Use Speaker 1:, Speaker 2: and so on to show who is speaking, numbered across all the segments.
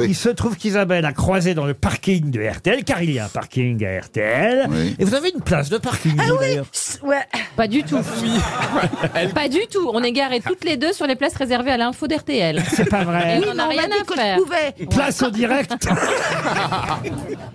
Speaker 1: Il se trouve qu'Isabelle a croisé dans le parking de RTL, car il y a un parking à RTL. Et vous avez une place de parking.
Speaker 2: Ah
Speaker 1: vous,
Speaker 2: oui,
Speaker 1: d'ailleurs.
Speaker 2: Ouais.
Speaker 3: Pas du tout. Pas du tout. On est garés toutes les deux sur les places réservées à l'info d'RTL.
Speaker 1: C'est pas vrai.
Speaker 3: Et on
Speaker 2: mais
Speaker 3: n'a
Speaker 2: on m'a
Speaker 3: rien
Speaker 2: dit
Speaker 3: à
Speaker 2: que je
Speaker 3: faire.
Speaker 2: pouvais.
Speaker 1: Place au direct.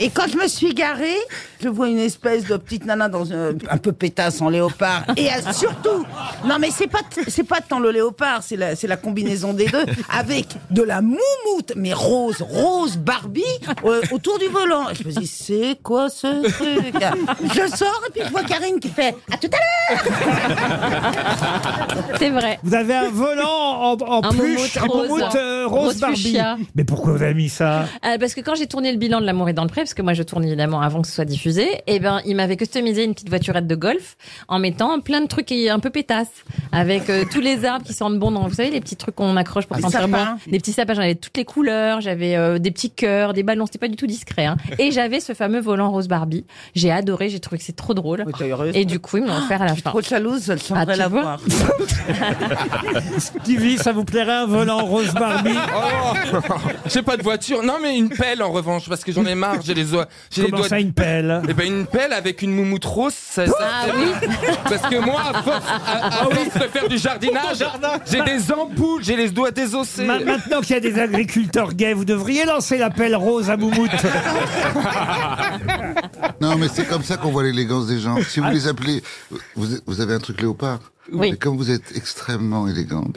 Speaker 2: Et quand je me suis garée, je vois une espèce de petite nana dans un, un peu pétasse en léopard. Et euh, surtout, non mais c'est pas t- c'est pas tant le léopard, c'est la, c'est la combinaison des deux avec de la moumoute, mais rose, rose Barbie euh, autour du volant. Et je me dis c'est quoi ce truc Je sors et puis je vois Karine qui fait à tout à l'heure.
Speaker 3: C'est vrai.
Speaker 1: Vous avez un volant en, en
Speaker 3: Un
Speaker 1: pluche,
Speaker 3: moumoute
Speaker 1: un
Speaker 3: rose.
Speaker 1: moumoute, euh, rose,
Speaker 3: Rose
Speaker 1: Barbie.
Speaker 3: fuchsia.
Speaker 1: Mais pourquoi vous avez mis ça
Speaker 3: Euh, parce que quand j'ai tourné le bilan de L'amour est dans le pré, parce que moi je tourne évidemment avant que ce soit diffusé, et ben il m'avait customisé une petite voiturette de golf en mettant plein de trucs un peu pétasses, avec euh, tous les arbres qui sentent bon. Dans, vous savez les petits trucs qu'on accroche pour
Speaker 2: Ah, Des
Speaker 3: sentir bon.
Speaker 2: sapins.
Speaker 3: Des petits sapins, j'avais toutes les couleurs, j'avais euh, des petits cœurs, des ballons, c'était pas du tout discret. hein. Et j'avais ce fameux volant rose Barbie. J'ai adoré, j'ai trouvé que c'est trop drôle.
Speaker 2: t'as eu raison.
Speaker 3: Et du coup ils me l'ont offert à la fin.
Speaker 2: Trop jalouse, je
Speaker 3: Ah,
Speaker 2: semblerait
Speaker 3: tu
Speaker 2: la
Speaker 3: vois
Speaker 2: voir.
Speaker 1: Stevie, ça vous plairait un volant rose Barbie
Speaker 4: Oh, J'ai pas de voiture. Non, mais une pelle en revanche, parce que j'en ai marre. J'ai les, oies- j'ai les
Speaker 1: Comment
Speaker 4: doigts.
Speaker 1: ça, une pelle
Speaker 4: Eh ben une pelle avec une moumoute rose, ça, ça-
Speaker 3: Ah oui,
Speaker 4: parce que moi, à force, à- à
Speaker 1: Ah
Speaker 4: force de faire du jardinage, j'ai des ampoules, j'ai les doigts désossés.
Speaker 1: Ma- Maintenant qu'il y a des agriculteurs gays, vous devriez lancer l'appel rose à Moumoute.
Speaker 5: Non, mais c'est comme ça qu'on voit l'élégance des gens. Si vous les appelez, vous, vous avez un truc léopard.
Speaker 3: Oui.
Speaker 5: Mais comme vous êtes extrêmement élégante,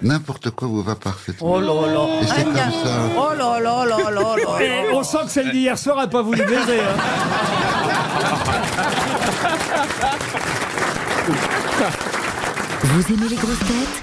Speaker 5: n'importe quoi vous va parfaitement.
Speaker 2: Oh là là.
Speaker 5: Et c'est comme ça.
Speaker 2: Oh là là là là là là.
Speaker 1: Et on sent que celle d'hier soir a pas voulu baiser. hein.
Speaker 6: Vous aimez les grosses têtes